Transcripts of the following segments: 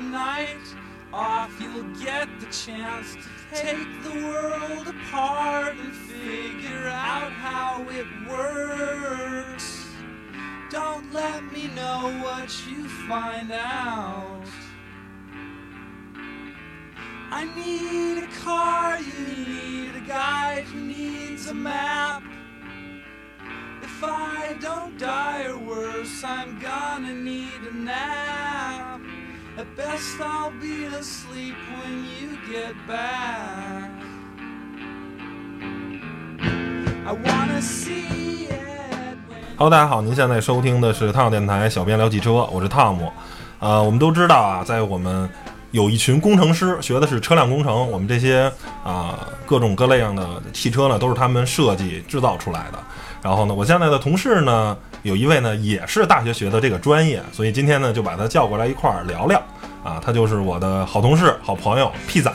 night off, you'll get the chance to take the world apart and figure out how it works. Don't let me know what you find out. I need a car, you need a guide, who needs a map. If I don't die or worse, I'm gonna need a nap. At best, I'll be asleep when you get back. I wanna see it when. Hello，大家好，您现在收听的是汤姆电台，小编聊汽车，我是汤姆。呃，我们都知道啊，在我们有一群工程师，学的是车辆工程，我们这些啊、各种各类样的汽车呢，都是他们设计制造出来的。然后呢，我现在的同事呢，有一位呢也是大学学的这个专业，所以今天呢就把他叫过来一块儿聊聊啊，他就是我的好同事、好朋友屁仔，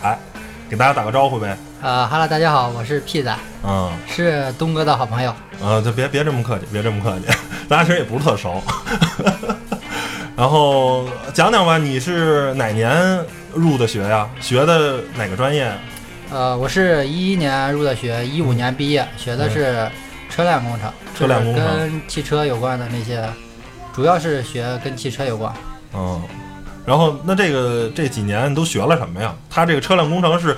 给大家打个招呼呗。呃哈喽，大家好，我是屁仔，嗯，是东哥的好朋友。啊，就别别这么客气，别这么客气，咱俩其实也不是特熟。 然后讲讲吧，你是哪年入的学呀？学的哪个专业？呃，我是一一年入的学，一五年毕业，学的是车辆工程，嗯车辆工程就是跟汽车有关的那些，主要是学跟汽车有关。嗯，然后那这个这几年你都学了什么呀？他这个车辆工程是，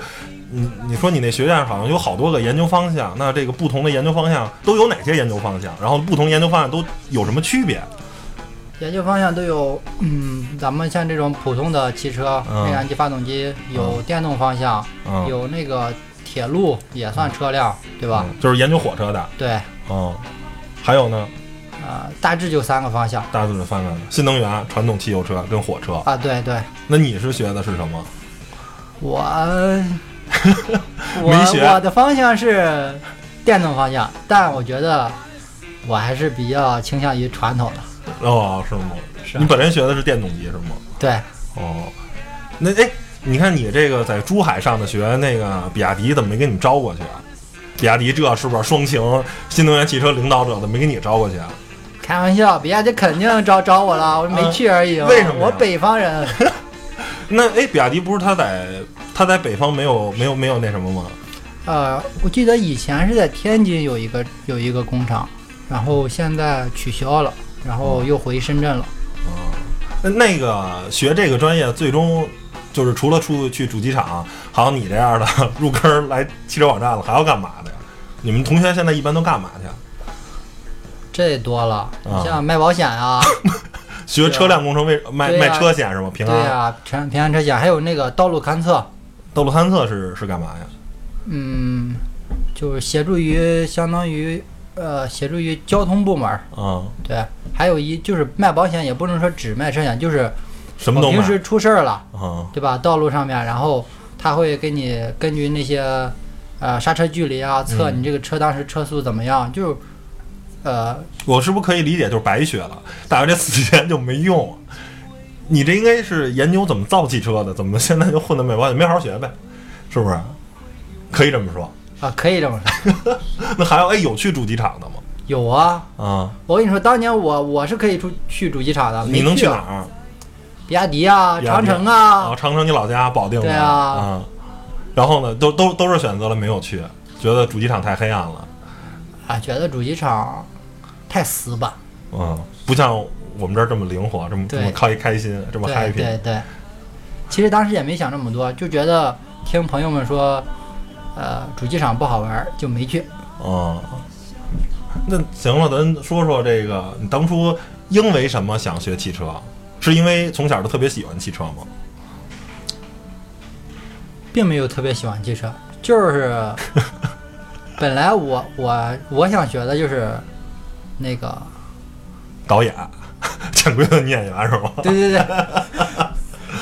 你你说你那学院好像有好多个研究方向，那这个不同的研究方向都有哪些研究方向？然后不同研究方向都有什么区别？研究方向都有，嗯，咱们像这种普通的汽车，嗯内燃机发动机有电动方向，嗯，有那个铁路也算车辆，对吧？嗯就是研究火车的，对，嗯，还有呢，呃，大致就三个方向大致的范围，新能源、传统汽油车跟火车。啊。对对，那你是学的是什么？我我没学我的方向是电动方向，但我觉得我还是比较倾向于传统的。哦，是吗？是啊你本人学的是电动机是吗？对，哦，那哎，你看你这个在珠海上的学，那个比亚迪怎么没给你们招过去啊？比亚迪这是不是双擎新能源汽车领导者的没给你招过去啊？开玩笑，比亚迪肯定找找我了，我没去而已、嗯 为什么呀我北方人，那哎，比亚迪不是他在他在北方没有没有没有那什么吗？呃，我记得以前是在天津有一个有一个工厂，然后现在取消了，然后又回深圳了。那那个学这个专业最终。就是除了出去主机厂，好像你这样的入坑儿来汽车网站了，还要干嘛的呀？你们同学现在一般都干嘛去啊？这多了，你啊像卖保 险啊，学车辆工程为卖、对卖呀车险是吗？平对啊安、呀、全平安车险，还有那个道路勘测，道路勘测是是干嘛呀？嗯，就是协助于相当于呃协助于交通部门儿，嗯，对，还有一就是卖保险也不能说只卖车险，就是什么我都卖哦平时出事儿了，啊、对吧？道路上面，然后他会给你根据那些呃刹车距离啊，测你这个车当时车速怎么样，就呃我是不是可以理解就是白学了？大学这四年就没用。你这应该是研究怎么造汽车的，怎么现在就混到美国去，没好好学呗，是不是？可以这么说。啊可以这么说，那还有哎，有去主机厂的吗？有啊。啊、我跟你说，当年我我是可以出去主机厂的，你能没去去哪啊？儿？比亚迪啊，比亚迪长城啊，啊，长城你老家保定的对啊嗯然后呢，都都都是选择了没有去，觉得主机厂太黑暗了。啊，觉得主机厂太死板，嗯，不像我们这儿这么灵活，这么这对么开开心，这么对 happy。对对，其实当时也没想这么多，就觉得听朋友们说，呃，主机厂不好玩儿，就没去。哦，那行了，咱说说这个，你当初因为什么想学汽车？是因为从小就特别喜欢汽车吗？并没有特别喜欢汽车，就是 本来我我我想学的就是 那个，导演， 潜规则女演员是吗？对对对。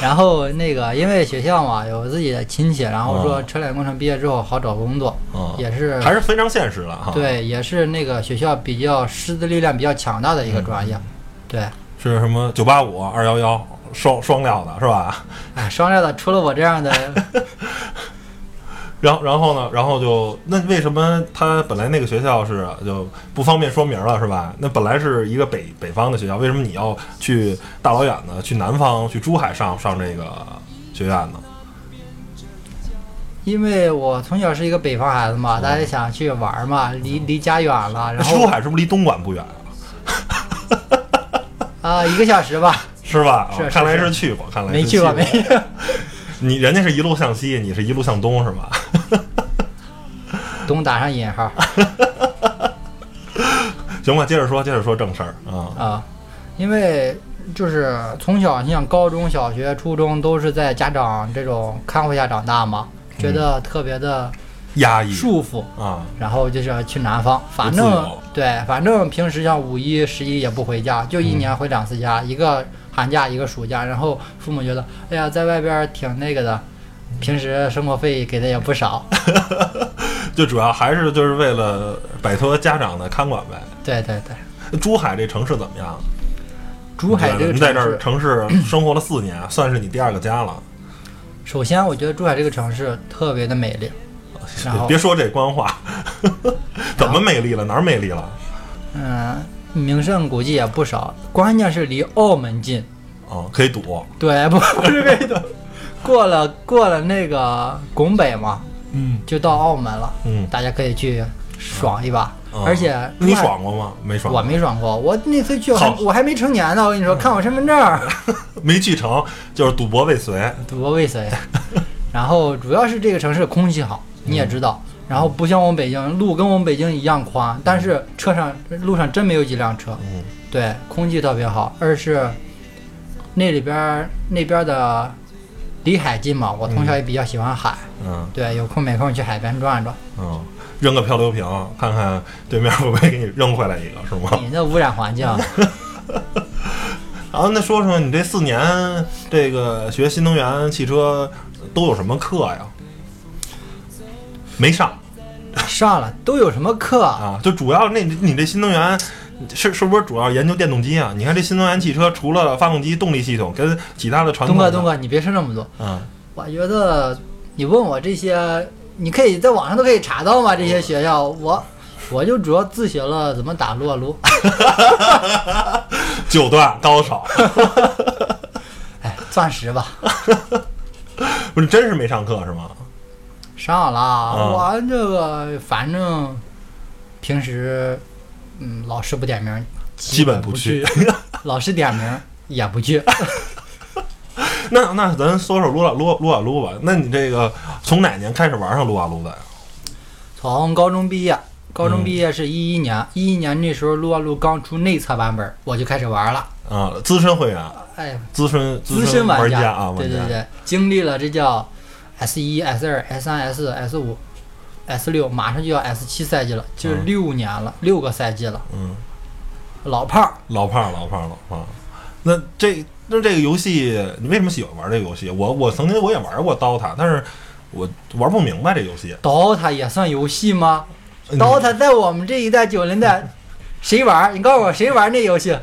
然后那个，因为学校嘛有自己的亲戚，然后说哦车辆工程毕业之后好找工作，嗯，也是还是非常现实的哈。，对，也是那个学校比较师资力量比较强大的嗯一个专业，对。是什么九八五、二幺幺双双料的是吧？哎，双料的除了我这样的，然后然后呢，然后就那为什么他本来那个学校是就不方便说名了是吧？那本来是一个北北方的学校，为什么你要去大老远的去南方去珠海上上这个学院呢？因为我从小是一个北方孩子嘛，大家想去玩儿嘛，离离家远了，那然珠后海是不是离东莞不远啊？啊、一个小时吧，是吧？啊是是看来是是去过，看来是没去过没。 你人家是一路向西，你是一路向东是吧？ 东打上引号行吧，接着说，接着说正事儿啊。啊，因为就是从小你想高中小学、初中都是在家长这种看护下长大嘛，觉得特别的压抑束缚，啊，然后就是要去南方，反自正由对，反正平时像五一、十一也不回家，就一嗯年回两次家，一个寒假，一个暑假。然后父母觉得，哎呀，在外边儿挺那个的，平时生活费给的也 不少。就主要还是就是为了摆脱家长的看管呗。对对对，珠海这城市怎么样？啊珠海这个你在城这儿市，城市生活了四 年，算是你第二个家了。首先我觉得珠海这个城市特别的美丽，然后别说这官话， 怎么美丽了？哪儿美丽了？嗯，名胜古迹也不少，关键是离澳门近。啊，可以赌。对，不不是这个，过了过了那个拱北嘛，嗯就到澳门了。嗯，大家可以去爽一把。啊而且你爽过吗？没爽我过，没爽过，我那次去我好嗯还我还没成年呢，我跟你说，看我身份证儿， 没去成，就是赌博未遂。赌博未 遂。然后主要是这个城市空气好，你也知道。嗯然后不像我们北京，路跟我们北京一样宽，但是车上路上真没有几辆车。嗯对，空气特别好。二是那里边儿那边儿的离海近嘛，我从小也比较喜欢海，嗯对，有空没空去海边转转。嗯，扔个漂流瓶，看看对面会不会给你扔回来一个，是吗？你那污染环境，然啊后那说说你这四年这个学新能源汽车都有什么课呀？没上上了都有什么课啊？啊，就主要那你这新能源是是不是主要研究电动机啊？你看这新能源汽车除了发动机动力系统，跟其他的传东统哥，的东哥，你别说那么多。嗯，我觉得你问我这些，你可以在网上都可以查到嘛。这些学校，我我就主要自学了怎么打撸啊撸。九段高手，哎，钻石吧，不是真是没上课是吗？上了啊。嗯我这个反正平时，嗯，老师不点名，基本不不去。老师点名也不去。 那那咱说说撸啊撸撸啊撸吧。那你这个从哪年开始玩上撸啊撸的呀？从高中毕业，高中毕业是一一年，一一、年那时候撸啊撸刚出内测版本，我就开始玩了。啊、资深会员，哎，资深资深深玩家啊，玩对家对对，经历了这叫 S 一、S 二、S 三、S 四、S 五、S 六，马上就要 S 七赛季了，就是嗯六年了，六个赛季了，嗯。老炮儿。老炮儿，老炮儿，老炮儿。那这那这个游戏，你为什么喜欢玩这个游戏？我我曾经我也玩过 DOTA，但是我玩不明白这游戏。 DOTA 也算游戏吗嗯？DOTA 在我们这一代九零 代，谁玩儿？你告诉我谁玩儿那游戏？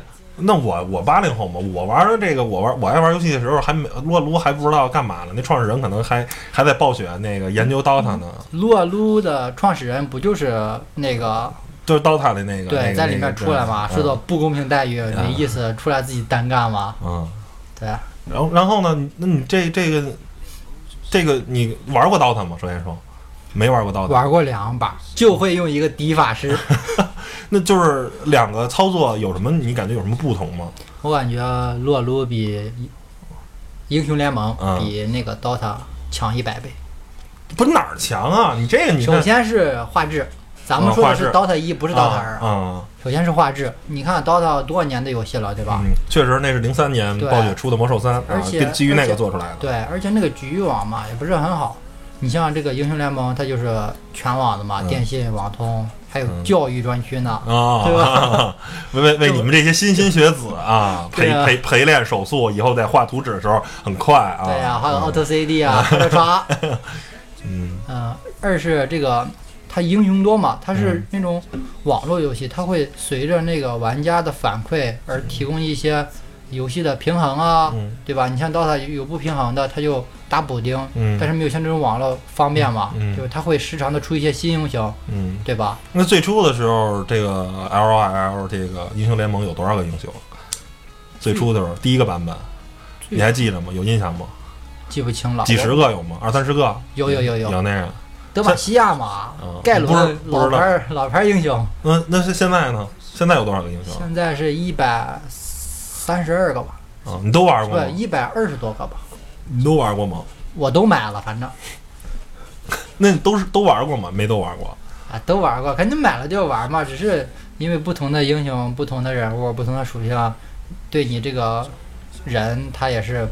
那我我八零后嘛，我玩的这个，我玩我爱玩游戏的时候还没撸啊撸还不知道干嘛呢，那创始人可能还还在暴雪那个研究 DOTA 呢，撸啊撸的创始人不就是那个就是 DOTA 的那个那对，个在里那个面出来嘛？嗯受到不公平待遇，没嗯意思，出来自己单干嘛？嗯，对，然后然后呢？你那你这这个这个你玩过 DOTA 吗？首先说没玩过 DOTA，玩过两把，就会用一个敌法师。那就是两个操作有什么？你感觉有什么不同吗？我感觉撸啊撸比英雄联盟嗯比那个 DOTA 强一百倍。不是哪儿强啊？你这个你看首先是画质，咱们嗯说画的质是 DOTA 一，不是 DOTA 二、啊啊，首先是画质，你看 DOTA 多少年的游戏了，对吧？嗯，确实那是零三年对暴雪出的《魔兽三》，而啊，且跟基于那而个且做出来的。对，而且那个局域网嘛也不是很好。你像这个英雄联盟，它就是全网的嘛，嗯电信、网通，还有嗯教育专区呢。对啊吧，为为为就你们这些莘莘学子啊，对陪啊陪陪练手速，以后在画图纸的时候很快啊。对呀、还有嗯 Alt CD 啊，还 有刷。嗯嗯，二是这个它英雄多嘛，它是嗯那种网络游戏，它会随着那个玩家的反馈而提供一些游戏的平衡啊，嗯对吧？你像 DOTA 有有不平衡的，它就打补丁，嗯，但是没有像这种网络方便嘛，嗯就是它会时常的出一些新英雄，嗯，对吧？那最初的时候，这个 L O L 这个英雄联盟有多少个英雄？最初的时候，第一个版本，嗯最你还记得吗？有印象吗？记不清了，几十个有吗？二三十个？有有有有有那个。德玛西亚嘛嗯，盖不是伦不知道嗯老牌儿老牌儿英雄，那那是现在呢？现在有多少个英雄？现在是一百三十二个吧，啊，你都玩不过吗？一百二十多个吧，你都玩过吗？我都买了，反正那你都是都玩过吗？没都玩过。啊都玩过，肯定买了就玩嘛，只是因为不同的英雄、不同的人物、不同的属性，对你这个人他也是。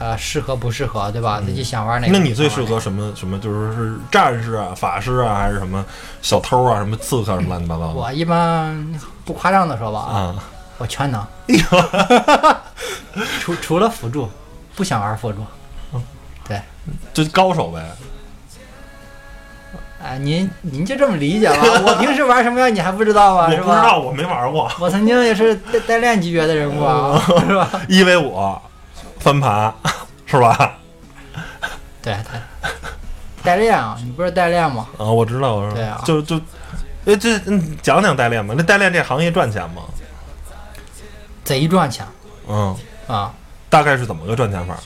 呃，适合不适合，对吧？自己想玩哪嗯个？那你最想适玩哪合个什么什么？就是是战士啊、法师啊，还是什么小偷啊、什么刺客什么乱七八糟的？我一般不夸张的说吧，啊，啊，我全能， 除除了辅助，不想玩辅助。就高手呗。哎，您您就这么 理解吧？我平时玩什么样你还不知道我吗？不是知吧？道，我没玩过。我曾经也是代代练级别的人物啊，哦是吧？一 v 五，翻盘，是吧？对，代代练啊，你不是代练吗？啊，我知道，我知道。对啊就就，哎，这嗯，讲讲代练吧。那代练这行业赚钱吗？贼赚钱嗯，啊，大概是怎么个赚钱法？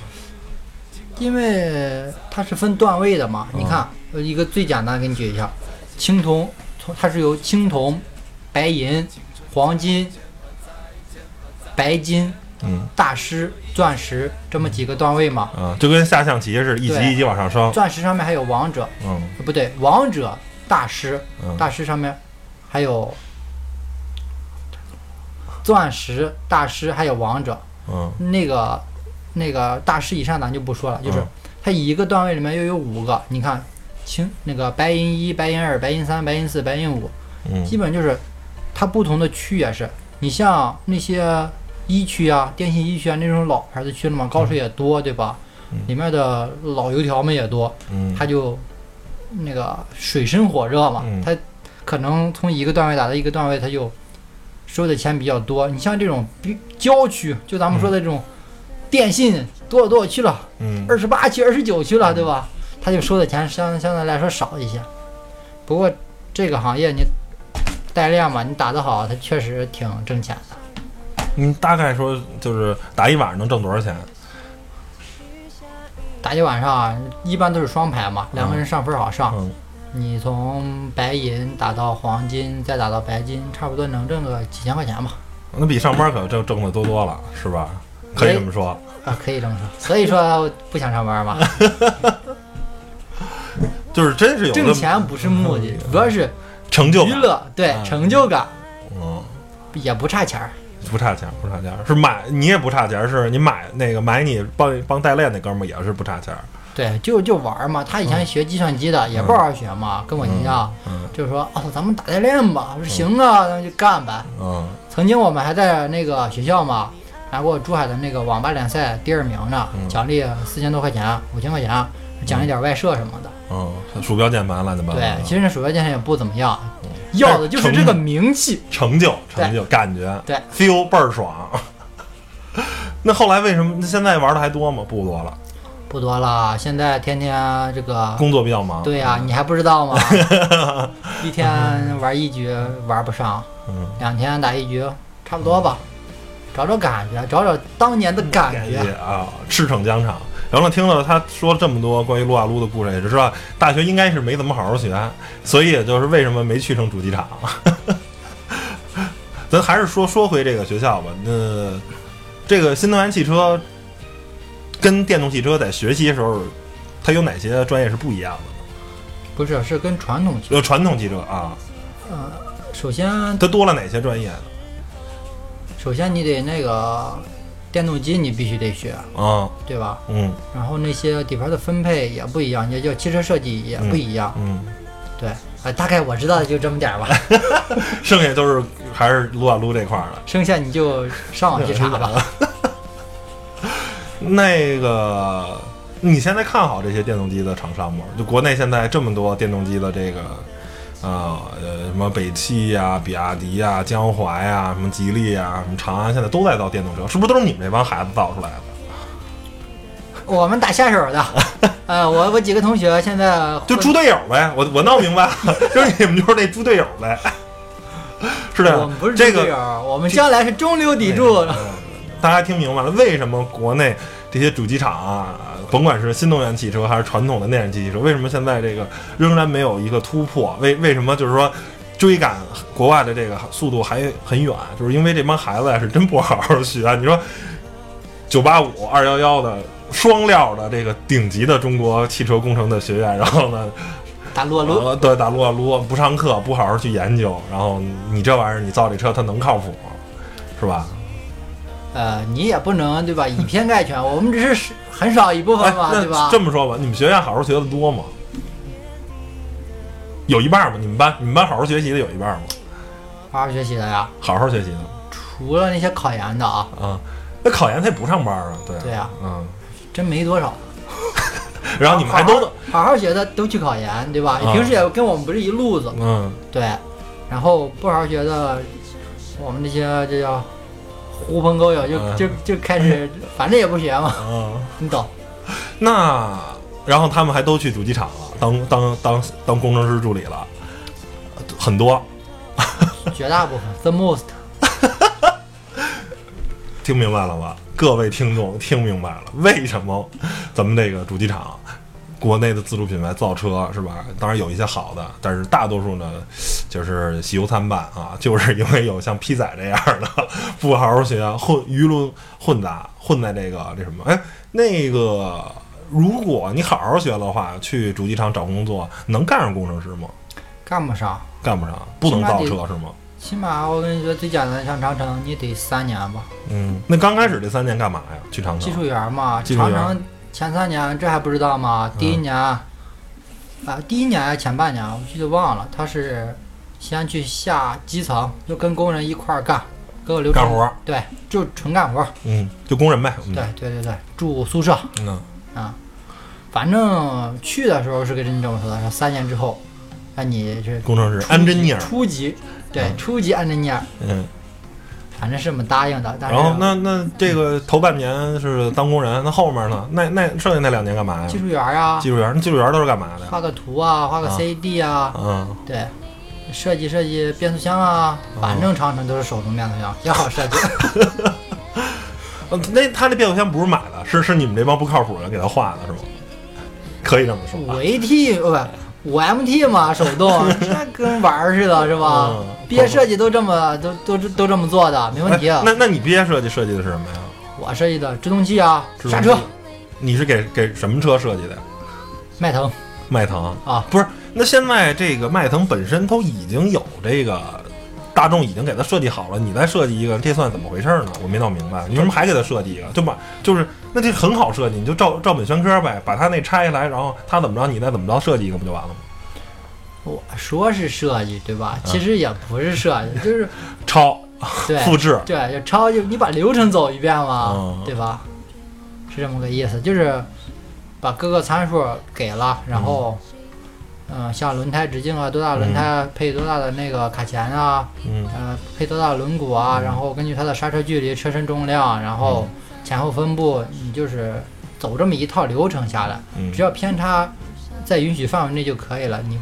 因为它是分段位的嘛。你看，我一个最简单的给你举一下，青铜，从它是由青铜、白银、黄金、白金、嗯大师、钻石这么几个段位嘛。啊，就跟下象棋似的，一级对一级往上升。钻石上面还有王者，嗯呃不对，王者、大师、嗯大师上面还有钻石、大师，还有王者。嗯那个那个大师以上咱就不说了，就是嗯它一个段位里面又有五个，你看青那个白银一、白银二、白银三、白银四、白银五，基嗯本就是它不同的区也是，你像那些一区啊、电信一区啊那种老牌的区了嘛，高手也多，对吧嗯？里面的老油条们也多，嗯他就那个水深火热嘛嗯，他可能从一个段位打到一个段位，他就收的钱比较多。你像这种比郊区，就咱们说的这种电信多少多少区了，嗯二十八区、二十九区了，对吧？他就收的钱相相对来说少一些。不过这个行业你代练嘛，你打得好，它确实挺挣钱的。嗯，大概说就是打一晚上能挣多少钱？打一晚上啊一般都是双排嘛，两个人上分好上。嗯你从白银打到黄金，再打到白金，差不多能挣个几千块钱吧？那比上班可挣挣的多多了，是吧？可以这么说。啊，可以这么说。所以说不想上班嘛， 就是真是有那挣么钱不是目的，主要是成就娱感，乐，对嗯成就感嗯，也不差钱儿。不差钱，不差钱，是买你也不差钱，是你买那个买你帮帮代练那哥们儿也是不差钱，对，就就玩儿嘛。他以前学计算机的，也不好好学嘛，跟我一样，嗯就是说哦，咱们打代练吧。我说行啊，那就干呗。嗯曾经我们还在那个学校嘛，拿过珠海的那个网吧联赛第二名呢，嗯奖励四千多块钱，五千块钱，奖励点外设什么的。嗯，鼠标键盘乱七八糟对的，，其实鼠标键盘也不怎么样，要的就是这个名气。成就成就感觉，对，feel 倍儿爽。 那后来为什么那现在玩的还多吗？不多了，不多了，现在天天这个，工嗯作比较忙。啊对呀、你还不 知道吗？一天玩一局玩不上，嗯，两天打一局，差不多吧。找找感觉，找找当年的感感觉。谢啊，驰骋疆场。然后呢，听了他说这么多关于撸啊撸的故事，也知道大学应该是没怎么好好学，所以也就是为什么没去成主机厂。 咱还是说说回这个学校吧。那呃这个新能源汽车跟电动汽车在学习的时候，它有哪些专业是不一样的？不是，是跟传统，呃，传统汽车啊，呃，首先它多了哪些专业呢？首先你得那个电动机你必须得学，啊，对吧？嗯然后那些底盘的分配也不一样，也就汽车设计也不一样。嗯，对，啊、大概我知道的就这么 点儿吧。剩下都是还是撸啊撸这块儿的。剩下你就上网去查 吧。那个，你现在看好这些电动机的厂商吗？就国内现在这么多电动机的这个啊，呃，什么北汽呀、比亚迪呀、江淮呀、什么吉利呀、什么长安，现在都在造电动车，是不是都是你们这帮孩子造出来的？嗯我们打下手的， 呃，我我几个同学现在就猪队友呗，我我闹明 白了，就是你们就是那猪队友呗， 是这我样们不是。这猪队个友，我们将来是中流砥柱。大家听明白了，为什么国内这些主机厂啊，甭管是新能源汽车还是传统的内燃机汽车，为什么现在这个仍然没有一个突破？为 为什么就是说追赶国外的这个速度还很远？就是因为这帮孩子啊呀是真不好好学。啊你说九八五、二幺幺的双料的这个顶级的中国汽车工程的学院，然后呢，打落落，呃对，打撸啊撸，不上课，不好好去研究，然后你这玩意儿你造这车它能靠谱吗？是吧？呃，你也不能对吧？以偏概全，我们只是很少一部分嘛，哎对吧那这？么说吧，你们学院好好学的多吗？有一半儿吗？你们班你们班好好学习的有一半儿吗？好好学习的呀，好好学习的除了那些考研的啊，啊，那考研他也不上班啊，对啊，对啊嗯，真没多少。然后你们还都好好学的都去考研，对吧？啊平时也跟我们不是一路子，嗯对。然后不好好学的，我们这些这叫狐朋狗友就啊就就开始，反正也不学嘛， 啊，你懂。那然后他们还都去主机厂了，当当当当工程师助理了，很多，绝大部分 the most，听明白了吧？各位听众听明白了，为什么咱们这个主机厂，国内的自主品牌造车是吧？当然有一些好的，但是大多数呢，就是喜忧参半啊，就是因为有像 P 仔这样的不好好学，混舆论混杂，混在这个这什么？哎，那个，如果你好好学的话，去主机厂找工作，能干上工程师吗？干不上。干不上，不能造车是吗？起码我跟你说，最简单的像长城，你得三年吧，嗯，那刚开始这三年干嘛呀？去长技城术员嘛。技术员嗯长城前三年这还不知道吗？第一年，啊、第一年还是前半年我具体忘了，他是先去下基层，就跟工人一块儿干，给我流程干活儿，对，就纯干活儿。嗯，就工人呗，嗯对对对对，住宿舍，嗯。反正去的时候是跟你这么说的，说三年之后，那你是工程师初级 engineer，初级，对嗯初级 engineer，嗯，反正是这么答应的。但是然后那那这个头半年是当工人，那后面呢？那那剩下那两年干嘛呀技？术员啊，技术员，那技术员都是干嘛的呀？画个图啊，画个啊 CAD 啊，嗯，对，设计设计变速箱啊，反哦正长城都是手动变速箱，也好设计。呃那他这变速箱不是买的，是是你们这帮不靠谱人给他画的，是吗？可以这么说啊吧五 AT 哦不是五 MT 嘛，手动，这跟玩儿似的，是吧嗯？毕业设计都这么都都都这么做的，没问题。啊哎那那你毕业设计设计的是什么呀？我设计的制动器啊，制刹动车器，你是给给什么车设计的呀？迈腾迈腾啊，不是？那现在这个迈腾本身都已经有这个。大众已经给它设计好了，你再设计一个，这算怎么回事呢？我没闹明白，你为什么还给它设计一个？就把就是那这很好设计，你就照照本宣科呗，把它那拆下来，然后它怎么着，你再怎么着设计一个不就完了吗？我说是设计对吧？嗯其实也不是设计，就是抄 对复制，对，就抄就你把流程走一遍嘛嗯，对吧？是这么个意思，就是把各个参数给了，然后，嗯，像轮胎直径啊，多大轮胎配多大的那个卡钳啊，嗯呃，配多大的轮毂啊，然后根据它的刹车距离、车身重量，然后前后分布，你就是走这么一套流程下来。嗯只要偏差在允许范围内就可以了。你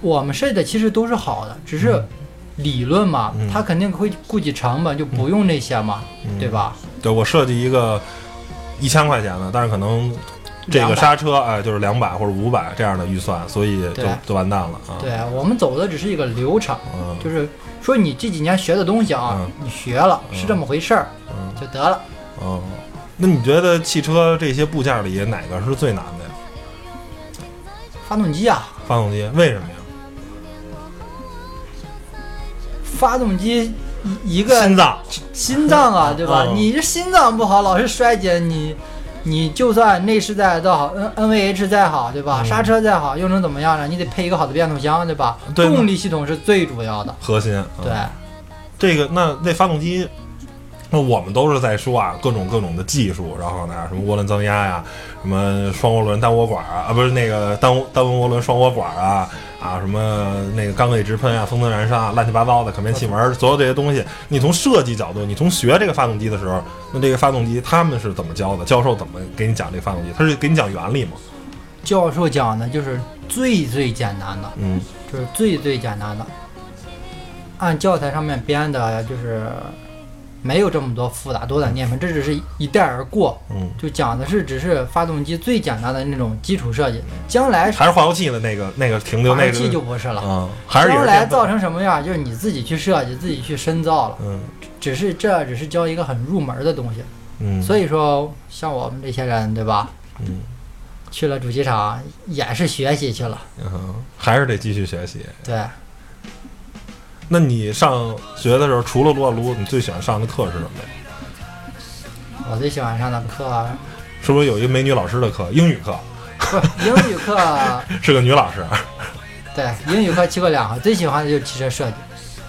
我们设计的其实都是好的，只是理论嘛，嗯它肯定会顾及成本，就不用那些嘛，嗯对？吧？对，我设计一个一千块钱的，但是可能这个200刹车哎就是两百或者五百这样的预算，所以就对就完蛋了啊。对我们走的只是一个流程，嗯，就是说你这几年学的东西啊，嗯你学了嗯是这么回事儿、嗯就得了。哦，那你觉得汽车这些部件里哪个是最难的呀？发动机啊，发动机为什么呀？发动机一一个心脏，心脏啊， 对吧？嗯你这心脏不好，老是衰竭，你你就算内饰再好，N N V H 再好，对吧？嗯刹车再好，又能怎么样呢？你得配一个好的变速箱，对吧？对动力系统是最主要的，核心。嗯对，这个那那发动机，那我们都是在说啊，各种各种的技术，然后呢，什么涡轮增压呀，什么双涡轮单涡管啊，啊不是那个单涡单涡轮双涡管啊，啊什么那个缸内直喷啊，风能燃烧啊，乱七八糟的可变气门，所有这些东西，你从设计角度，你从学这个发动机的时候，那这个发动机他们是怎么教的？教授怎么给你讲这个发动机？他是给你讲原理吗？教授讲的就是最最简单的，嗯就是最最简单的，按教材上面编的，就是没有这么多复杂多的念分，这只是一带而过，嗯，就讲的是只是发动机最简单的那种基础设计，将来还是化油器的那个那个停留发那动个机就不是了。嗯，还是也将是来电造动成什么样，就是你自己去设计、自己去深造了。嗯只是这只是教一个很入门的东西，嗯，所以以说像我们这些人，对吧？嗯去了主机厂也是学习去了，嗯，还是得继续学习。对。那你上学的时候，除了撸啊撸，你最喜欢上的课是什么呀？我最喜欢上的课是不是有一个美女老师的课？英语课 不是英语课， 是个女老师，对英语课去过两回，最喜欢的就是汽车设计，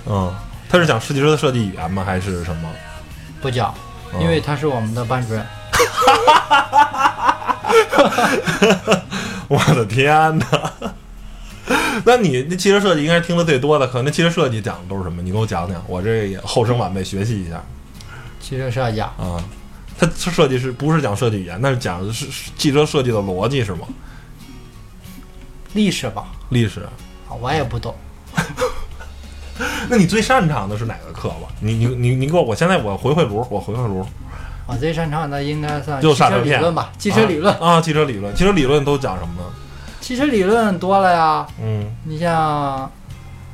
嗯，她是讲汽车的设计语言吗？还是什么？ 不讲，嗯因为他是我们的班主任，我的天哪！ 那你那汽车设计应该是听的最多的课，那汽车设计讲的都是什么？你给我讲讲，我这也后生晚辈学习一下汽车设计啊，啊。它设计是不是讲设计语言？那是讲的是是汽车设计的逻辑是吗？历史吧，历史？啊我也不懂，那你最擅长的是哪个课吧？你你你你给我，我现在我回回炉，我回回炉。我最擅长的应该算就汽刹车车理片论吧，汽车理论，啊啊，汽车理论，汽车理论都讲什么呢？汽车理论多了呀，嗯你像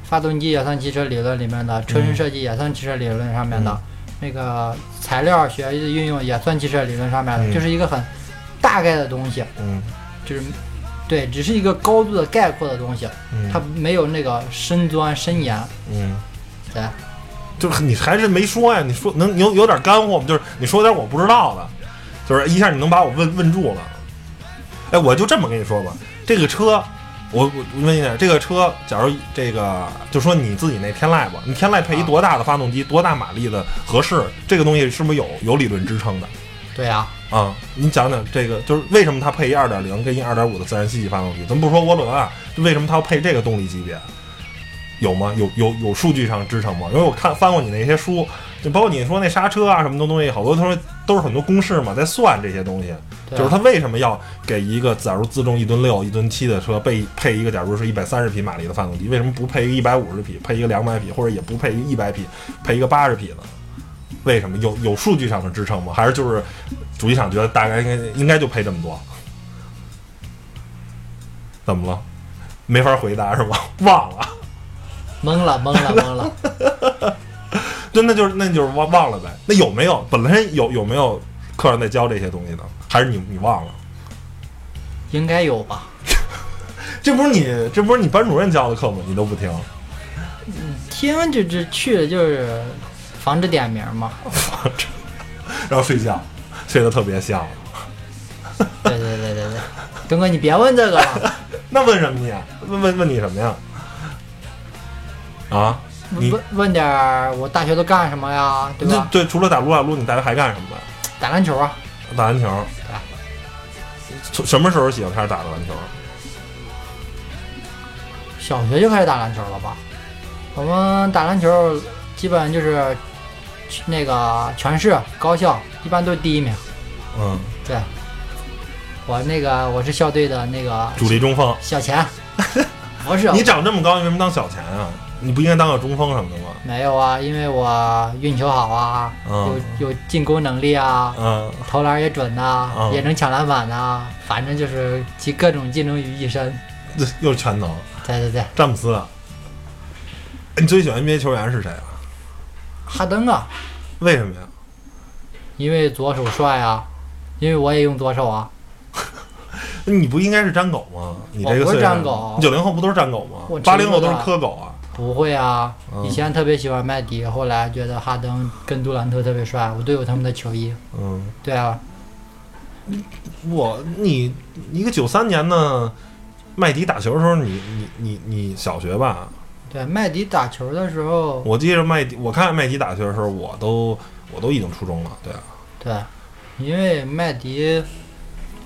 发动机也算汽车理论里面嗯的，车身设计也算汽车理论上面的，那个材料学的运用也算汽车理论上面的，嗯就是一个很大概的东西，嗯就是对，只是一个高度的概括的东西。嗯，它没有那个深钻深研，嗯，对，就是你还是没说呀？你说能有有点干货吗？就是你说点我不知道的，就是一下你能把我问问住了。哎，我就这么跟你说吧，这个车，我我我问一下，这个车，假如这个就说你自己那天籁吧，你天籁配一啊多大的发动机，多大马力的合适？这个东西是不是有有理论支撑的？对啊，啊，你讲讲这个，就是为什么它配一二点零跟一二点五的自然吸气发动机？咱们不说涡轮啊，就为什么它要配这个动力级别？有吗？有有有数据上支撑吗？因为我看翻过你那些书，就包括你说那刹车啊什么的东西，好多他说都是很多公式嘛，在算这些东西。对就是啊它为什么要给一个假如自重一吨六、一吨七的车配配一个假如是一百三十匹马力的发动机，为什么不配一个一百五十匹，配一个两百匹，或者也不配一百匹，配一个八十匹呢？为什么有有数据上的支撑吗？还是就是主机厂觉得大概应该应该就配这么多？怎么了？没法回答是吗？ 忘了，懵了懵了懵了，真的就是那就是忘忘了呗。那有没有本身有有没有课上在教这些东西呢？还是你你忘了？应该有吧？这不是你这不是你班主任教的课吗？你都不听。 听就就去了就是防止点名 嘛，然后睡觉，睡得特别香。对对对对对，东哥你别问这个了，那问什么你？啊问问问你什么呀？啊？你问问点儿我大学都干什么呀，对这吧？对，除了打撸啊撸，你大学还干什么呀？打篮球啊，打篮球。从什么时候喜欢开始打的篮球？小学就开始打篮球了吧？我们打篮球基本就是去那个全市高校一般都是第一名，嗯，对。我那个我是校队的那个主力中锋。小 钱，不是你长这么高，你为什么当小前啊？你不应该当个中锋什么的吗？没有啊，因为我运球好啊，嗯有有进攻能力啊，嗯，投篮也准呐、嗯也能抢篮板呐、反正就是集各种技能于一身。这又是全能，对对对，詹姆斯。啊你最喜欢 NBA 球员是谁啊？哈登啊，为什么呀？因为左手帅啊，因为我也用左手啊，你不应该是粘狗吗？你这个我不岁是数，粘狗九零后不都是粘狗吗我？八零后都是知道磕狗啊。不会啊。嗯以前特别喜欢麦迪，后来觉得哈登跟杜兰特特别帅，我都有他们的球衣。嗯，对啊，我你你一个九三年呢，麦迪打球的时候，你你你你小学吧？啊对麦迪打球的时候，我记着麦迪，我看麦迪打球的时候，我都我都已经初中了，对啊，对，因为麦迪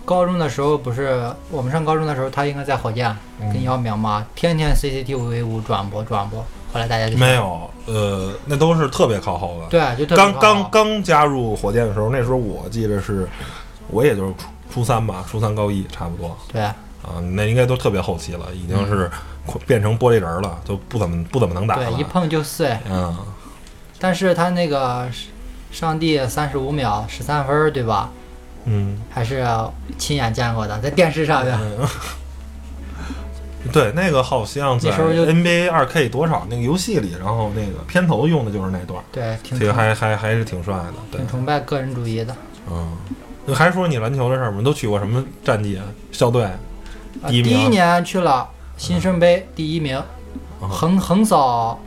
高中的时候不是我们上高中的时候，他应该在火箭嗯跟姚明嘛，天天 CCTV 五转播转播，后来大家就没有，呃，那都是特别靠后的。对，啊就特别刚好刚刚加入火箭的时候，那时候我记得是，我也就是初初三吧，初三高一差不多对啊，那应该都特别后期了，已经是快变成玻璃人了，就不怎么不怎么能打嗯对了一。碰就碎，嗯，但是他那个上帝三十五秒十三分儿对吧？嗯，还是亲眼见过的，在电视上面。对，那个好像在那时候就 NBA 二 K 多少那个游戏里，然后那个片头用的就是那段，对，挺其实崇还还还是挺帅的。对挺，崇拜个人主义的。嗯，那还说你篮球的事儿吗？你都取过什么战绩啊？校队？呃第一第名啊一年去了新生杯第一名，嗯横横扫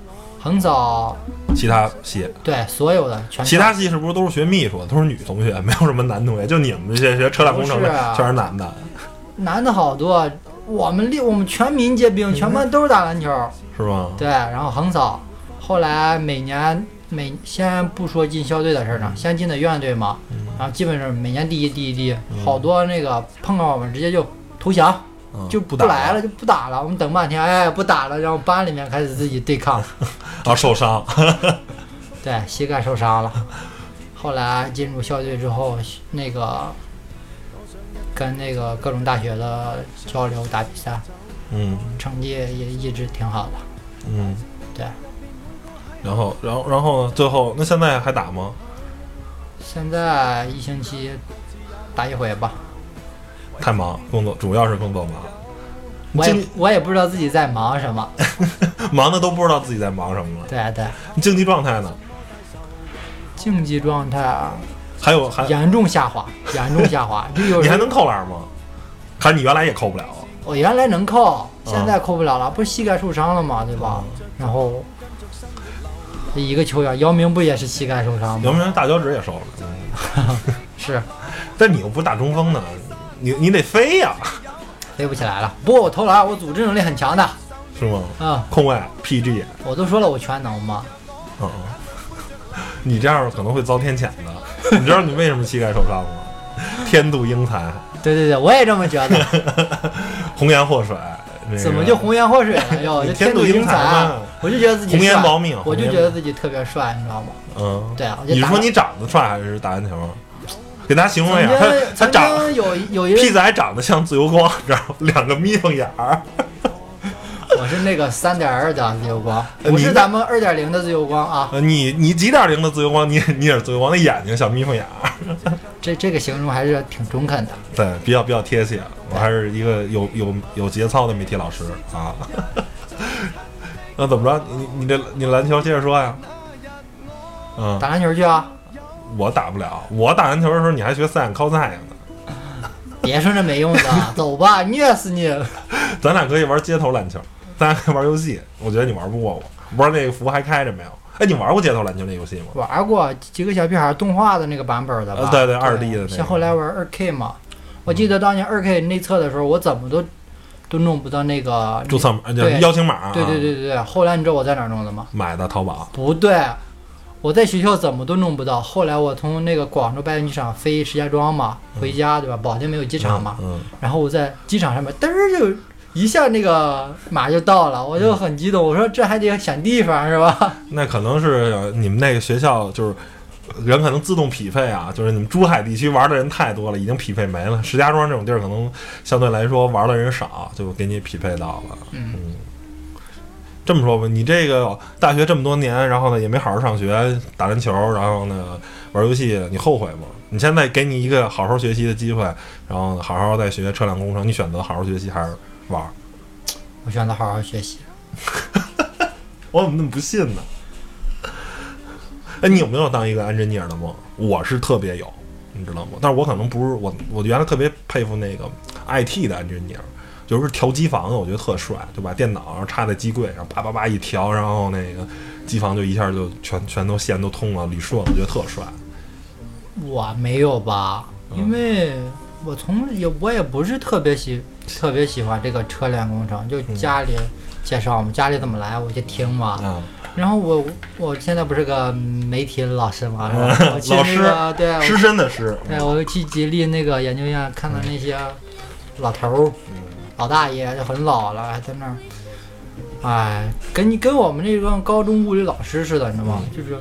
横扫其他系？对所有的全其他系是不是都是学秘书的，都是女同学，没有什么男同学？就你们这些学车辆工程不是的啊全是男的，男的好多，我们六我们全民皆嗯兵，全班都是打篮球。是吗？对，然后横扫，后来每年每先不说进校队的事儿嗯呢，先进的院队嘛，然后基本上每年第一第一第一，好多那个碰到我们直接就投降。嗯就不不打来了，就不打了。我们等半天，哎，不打了，然后班里面开始自己对抗，啊，受伤。对，膝盖受伤了。后来进入校队之后，那个跟那个各种大学的交流打比赛，嗯成绩也一直挺好的。嗯，对，然后然后然后最后那现在还打吗？现在一星期打一回吧。太忙，工作主要是工作忙。 我经也我也不知道自己在忙什么。忙的都不知道自己在忙什么了。对对，竞技状态呢？竞技状态还有还严重下滑，严重下滑。就有你还人能扣篮吗？还是你原来也扣不了？我哦原来能扣，嗯现在扣不了了，不是膝盖受伤了嘛，对吧？然后一个球员，姚明不也是膝盖受伤姚吗？明大脚趾也受了，是但你又不是大中锋呢，你你得飞呀，飞不起来了。不过我投篮，我组织能力很强的啊、是吗？嗯控卫 PG，我都说了我全能嘛，嗯， 你这样可能会遭天谴的。你知道你为什么膝盖受伤吗？天妒英才，对对对，我也这 么觉得。红颜祸水。那个怎么就红颜祸水了又？你就天天妒妒英英才才嘛，我就觉得自己红颜帅薄命我就红颜觉得自己特别帅，你知道吗？嗯，对啊我就你打说了你长得帅还是打篮球？给大家形容一曾下，经哎 他他曾长经有有一屁任，仔还长得像自由光，你知道吗？两个眯缝眼儿。我是那个三点二的自由光，呃不你是那咱们二点零的自由光啊。呃，你你几点零的自由光？你你也是自由光，那眼睛小眯缝眼儿，这这个形容还是挺中肯的。对，比较比较贴切。啊我还是一个有有有节操的媒体老师啊。 那怎么着？你你这你篮球接着说呀？嗯，打篮球去啊！我打不了，我打篮球的时候你还学 sin cos 呢。别说这没用的，走吧，虐死你！咱俩可以玩街头篮球，咱俩可以玩游戏。我觉得你玩不过我，不知道那个服还开着没有？哎，你玩过街头篮球那游戏吗？玩过几个小屁孩动画的那个版本的吧呃？对对二 D 的那个嗯像后来玩二 K 嘛，我记得当年二 K 内测的时候，我怎么都都弄不到那个注册码呃叫对邀请码、啊，对对对对对，后来你知道我在哪儿弄的吗？买的淘宝。不对，我在学校怎么都弄不到。后来我从那个广州白云机场飞石家庄嘛，回家对吧？保定没有机场嘛，嗯，然后我在机场上面嘚儿就一下那个马就到了，我就很激动，我说这还得想地方是吧？嗯那可能是呃你们那个学校就是呃人可能自动匹配啊，就是你们珠海地区玩的人太多了，已经匹配没了。石家庄这种地儿可能相对来说玩的人少，就给你匹配到了。嗯这么说吧，你这个大学这么多年，然后呢也没好好上学，打篮球，然后呢玩游戏，你后悔吗？你现在给你一个好好学习的机会，然后好好再学车辆工程，你选择好好学习还是玩？我选择好好学习。我怎么那么不信呢？哎，你有没有当一个 engineer 的梦？我是特别有，你知道吗？但是我可能不是我，我原来特别佩服那个 IT 的 engineer，就是调机房的，我觉得特帅，就把电脑然后插在机柜上，叭叭叭一调，然后那个机房就一下就全全都线都通了，捋顺了，我觉得特帅。我没有吧，嗯因为我从也我也不是特别喜特嗯别喜欢这个车辆工程，就家里介绍嘛，家里怎么来我就听嘛。啊，然后我我现在不是个媒体老师嘛，是吧？我去嗯老那个对，我师身的师，对，我去吉利那个研究院看嗯到那些老头儿、老大爷就很老了，还在那儿，哎，跟你跟我们这帮高中物理老师似的，你知道嗯吗？就是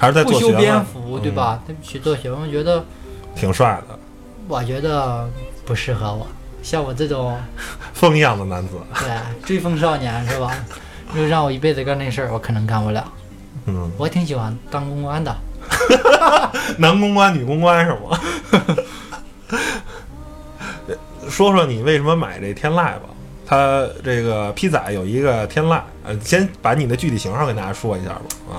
还是在不做修学边问，幅，嗯对吧？他们去做学问，觉得挺帅的，我觉得不适合我，像我这种风一样的男子。对追风少年是吧？就让我一辈子干那事儿，我可能干不了。嗯，我挺喜欢当公关的，男公关、女公关是吗？ 说说你为什么买这天籁吧。它这个 P 仔有一个天籁，呃，先把你的具体型号跟大家说一下吧，啊，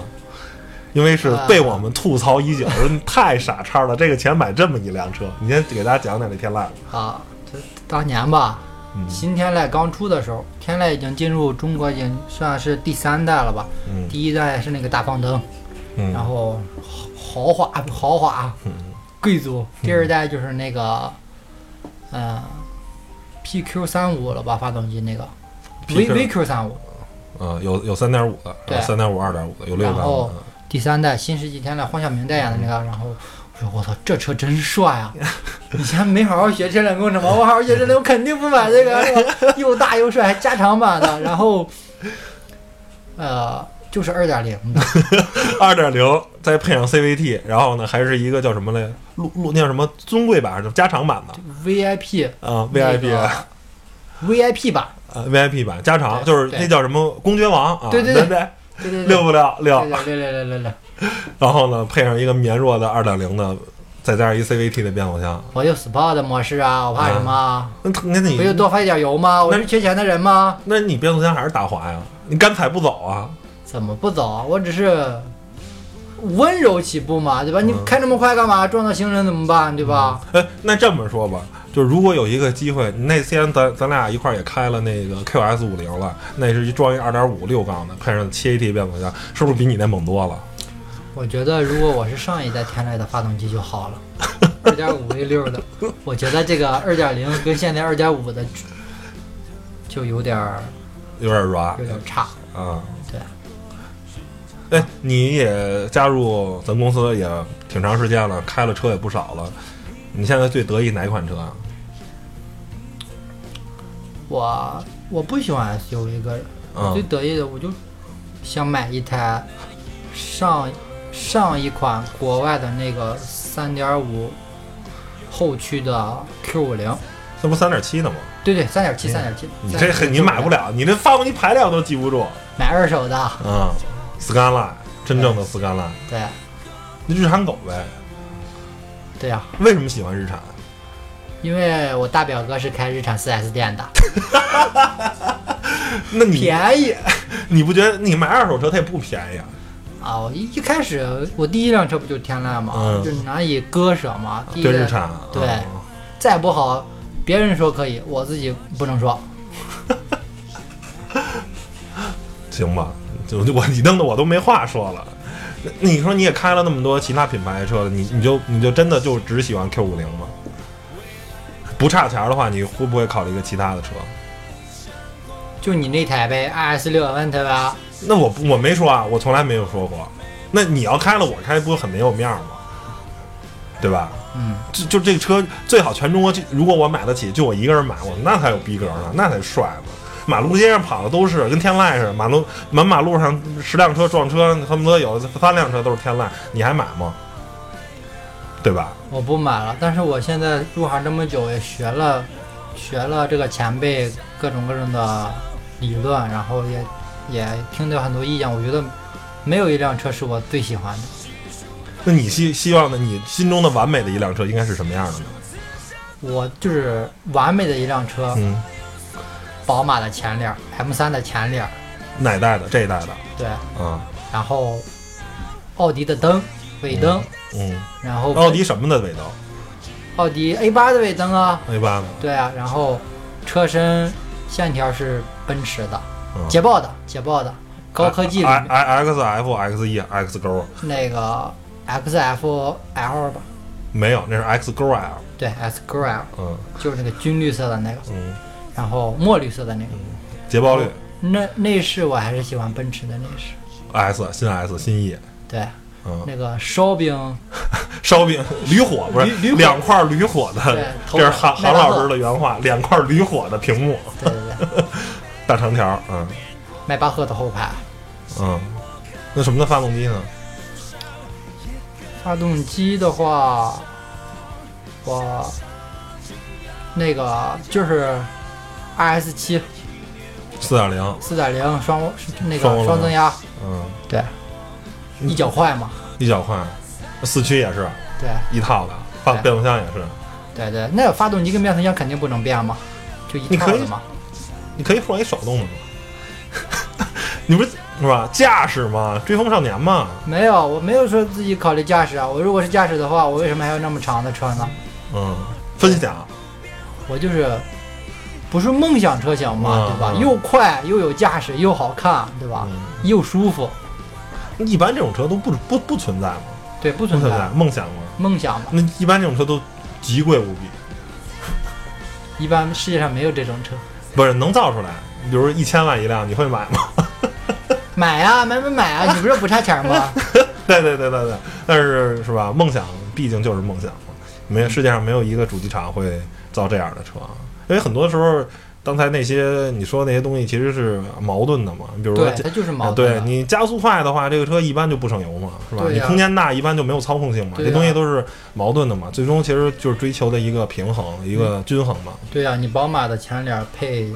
因为是被我们吐槽已久，啊说你 太傻叉了，这个钱买这么一辆车。你先给大家讲讲这天籁吧。啊，这当年吧，嗯新天籁刚出的时候，天籁已经进入中国，已经算是第三代了吧。嗯第一代是那个大方灯，嗯，然后豪豪华豪华啊嗯贵族。第二代就是那个，嗯，PQ 三五了吧，发动机那个 V PQ VQ 三五。呃，有有三点五的，有对啊三点五、二点五的，有六然缸后的。第三代新世纪天籁，黄晓明代言的嗯那个，然后我说我操，这车真 帅啊！以前没好好学车辆工程嘛，我好好学车辆，我肯定不买这个，是吧又大又帅，还加长版的，然后，呃，就是二点零的，二点零，再配上 CVT，然后呢，还是一个叫什么来，陆陆那叫什么尊贵版还是加长版的 VIP 啊那，VIP 个啊 VIP 版， ，VIP 版加长，对就是对那叫什么公爵王啊，对对对对对，对对对，溜不溜对溜，对对对对对对，然后呢，配上一个绵弱的二点零的，再加上一 CVT 的变速箱，我有 SPA 的模式啊，我怕什么啊？那那不就你多花一点油吗？我是缺钱的人吗？那你变速箱还是打滑呀？你干踩不走啊？怎么不走？啊我只是温柔起步嘛，对吧？你开那么快干嘛？撞到行人怎么办？对吧？哎，那这么说吧，就如果有一个机会，那天咱咱俩一块儿也开了那个 QS 五零了，那是一装一二点五六缸的，配上 7AT 变速箱，是不是比你那猛多了？我觉得如果我是上一代天籁的发动机就好了，二点五 V 六的，我觉得这个二点零跟现在二点五的就有点儿有点软有点儿差。啊。对。哎，你也加入咱公司也挺长时间了，开了车也不少了。你现在最得意哪款车啊？我我不喜欢 SUV 个人，我最嗯，得意的我就想买一台上上一款国外的那个三点五后驱的 Q 五零。这不三点七呢吗？对对，三点七，三点七。你嗯这很你买不了，你这发动机排量都记不住。买二手的，嗯，斯干拉，真正的斯干拉，对那日产狗呗。对呀、为什么喜欢日产？因为我大表哥是开日产 4S 店的，那你便宜你不觉得你买二手车它也不便宜啊？啊！我一一开始我第一辆车不就是天籁嘛，嗯就难以割舍嘛。第一对个日产啊，对再不好，别人说可以，我自己不能说。行吧，就我 你弄得我都没话说了。那你说你也开了那么多其他品牌的车了，你你就你就真的就只喜欢 Q 五零吗？不差钱儿的话，你会不会考虑一个其他的车？就你那台呗，RS 六 Avant 吧，那我不我没说啊，我从来没有说过。那你要开了，我开不是很没有面儿吗？对吧？嗯，就就这车最好全中国，就如果我买得起，就我一个人买，我那才有逼格呢，那才帅呢。马路街上跑的都是跟天籁似的，马路满马路上十辆车撞车，恨不得有三辆车都是天籁，你还买吗？对吧？我不买了。但是我现在入行这么久，也学了学了这个前辈各种各种的理论，然后也也听到很多意见，我觉得没有一辆车是我最喜欢的。那你希希望的，你心中的完美的一辆车应该是什么样的呢？我就是完美的一辆车，嗯，宝马的前脸，M 3的前脸，哪一代的？这一代的对，啊，然后奥迪的灯，尾灯，嗯，然后奥迪什么的尾灯奥迪 A 8的尾灯啊， ，A 八的，对啊，然后车身线条是奔驰的，嗯捷豹的，捷豹的，高科技里 I 面 I X F X E X 勾那个 XFL 吧，没有，那是 X 勾 L，对 S g r l 嗯就是那个军绿色的那个，嗯，然后墨绿色的那个，哦捷豹绿。内内饰我还是喜欢奔驰的内饰， S 新 S 新 E，对，嗯，那个烧饼，烧饼驴火不驴驴是火两块驴火对的，头这是韩麦韩当老劳师的原话，两块驴火的屏幕，对对对，大长条，嗯迈巴赫的后排，嗯，那什么的发动机呢？发动机的话，我那个就是 RS 七四点零，四点零双那个双涡轮双增压，嗯，对，一脚快嘛，一脚快，四驱也是对一套的，发对变速箱也是，对对，那发动机跟变速箱肯定不能变嘛，就一你套可以的嘛，你可以换一手动的吗？ 你不是是吧？驾驶嘛，追风少年嘛，没有，我没有说自己考虑驾驶啊，我如果是驾驶的话，我为什么还要那么长的车呢？嗯，分享，我就是不是梦想车型嘛，嗯对吧？嗯又快又有驾驶又好看，对吧？嗯又舒服，一般这种车都不不不存在嘛，对，不不存存在在梦想嘛，梦想嘛。那一般这种车都极贵无比，一般世界上没有这种车，不是能造出来，比如一千万一辆，你会买吗？ 买呀、买买买啊！你不是不差 钱吗？对对对对对，但是是吧？梦想毕竟就是梦想嘛，没有世界上没有一个主机厂会造这样的车，因为很多时候刚才那些你说那些东西其实是矛盾的嘛，比如说对，。它就是啊矛盾对啊。你加速快的话，这个车一般就不省油嘛，是吧？对呀你空间大，一般就没有操控性嘛，对呀这东西都是矛盾的嘛。最终其实就是追求的一个平衡，一个均衡嘛。对啊呀、你宝马的前脸配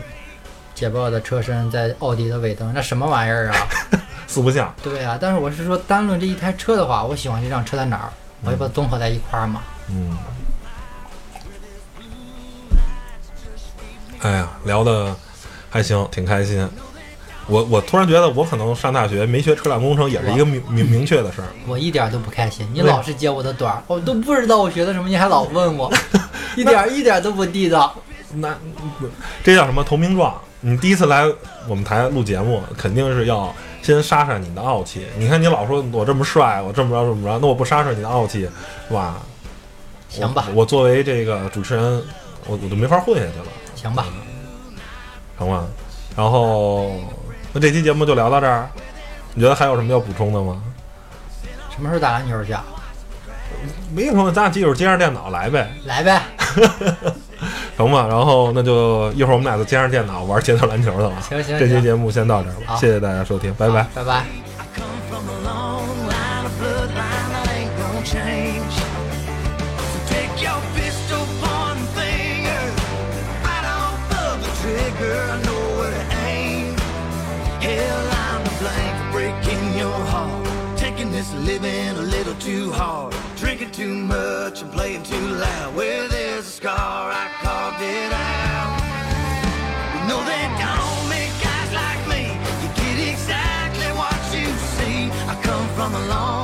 捷豹的车身，在奥迪的尾灯，那什么玩意儿啊？ 四不像，对呀、但是我是说，单论这一台车的话，我喜欢这辆车在哪儿，我要把它综合在一块儿嘛。嗯，哎呀，聊的还行，挺开心。我我突然觉得，我可能上大学没学车辆工程，也是一个明明明确的事儿。我一点儿都不开心，你对老是揭我的短儿，我都不知道我学的什么，你还老问我，一点儿一点儿都不地道。那这叫什么投名状？你第一次来我们台录节目，肯定是要先杀杀你的傲气。你看你老说我这么帅，我这么着这么着，那我不杀杀你的傲气，是吧？行吧我，我作为这个主持人，我我就没法混下去了。行吧，成吗？然后那这期节目就聊到这儿，你觉得还有什么要补充的吗？什么时候打篮球去？啊？没什么，咱俩基友接上电脑来呗， 来呗，成吗？然后那就一会儿我们俩就接上电脑玩街头篮球去了。行行这期行节目先到这儿吧，好谢谢大家收听，拜拜好。拜 I 拜。come from a long line of bloodline that ain't gonna change. So take your pistol, pointing finger, right off of the trigger. I know where to aim. Hell, I'm the blank for breaking your heart. Taking this living a little too hard. Drinking too much and playing too loud. Where there's a scar, I carved it out. No, they don't make guys like me. You get exactly what you see. I come from a long